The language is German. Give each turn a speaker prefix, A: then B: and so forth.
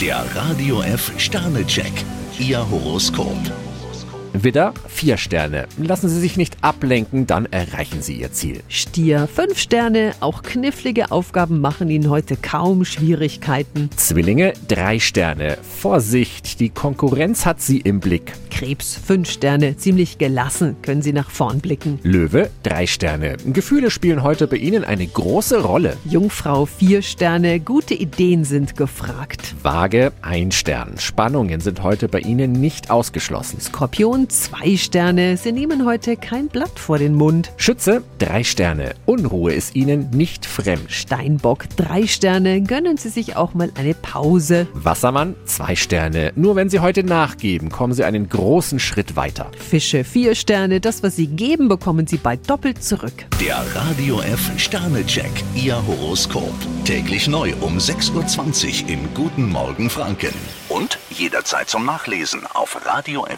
A: Der Radio F Sternecheck, Ihr Horoskop.
B: Widder, vier Sterne. Lassen Sie sich nicht ablenken, dann erreichen Sie Ihr Ziel.
C: Stier, fünf Sterne, auch knifflige Aufgaben machen Ihnen heute kaum Schwierigkeiten.
B: Zwillinge, drei Sterne. Vorsicht, die Konkurrenz hat Sie im Blick.
C: Krebs, fünf Sterne, ziemlich gelassen können Sie nach vorn blicken.
B: Löwe, drei Sterne. Gefühle spielen heute bei Ihnen eine große Rolle.
C: Jungfrau, vier Sterne, gute Ideen sind gefragt.
B: Waage, ein Stern. Spannungen sind heute bei Ihnen nicht ausgeschlossen.
C: Skorpion, zwei Sterne, Sie nehmen heute kein Blatt vor den Mund.
B: Schütze, drei Sterne. Unruhe ist Ihnen nicht fremd.
C: Steinbock, drei Sterne, gönnen Sie sich auch mal eine Pause.
B: Wassermann, zwei Sterne. Nur wenn Sie heute nachgeben, kommen Sie einen großen Schritt weiter.
C: Fische, vier Sterne, das, was Sie geben, bekommen Sie bald doppelt zurück.
A: Der Radio F Sternecheck, Ihr Horoskop. Täglich neu um 6.20 Uhr im Guten Morgen Franken. Und jederzeit zum Nachlesen auf radiof.de.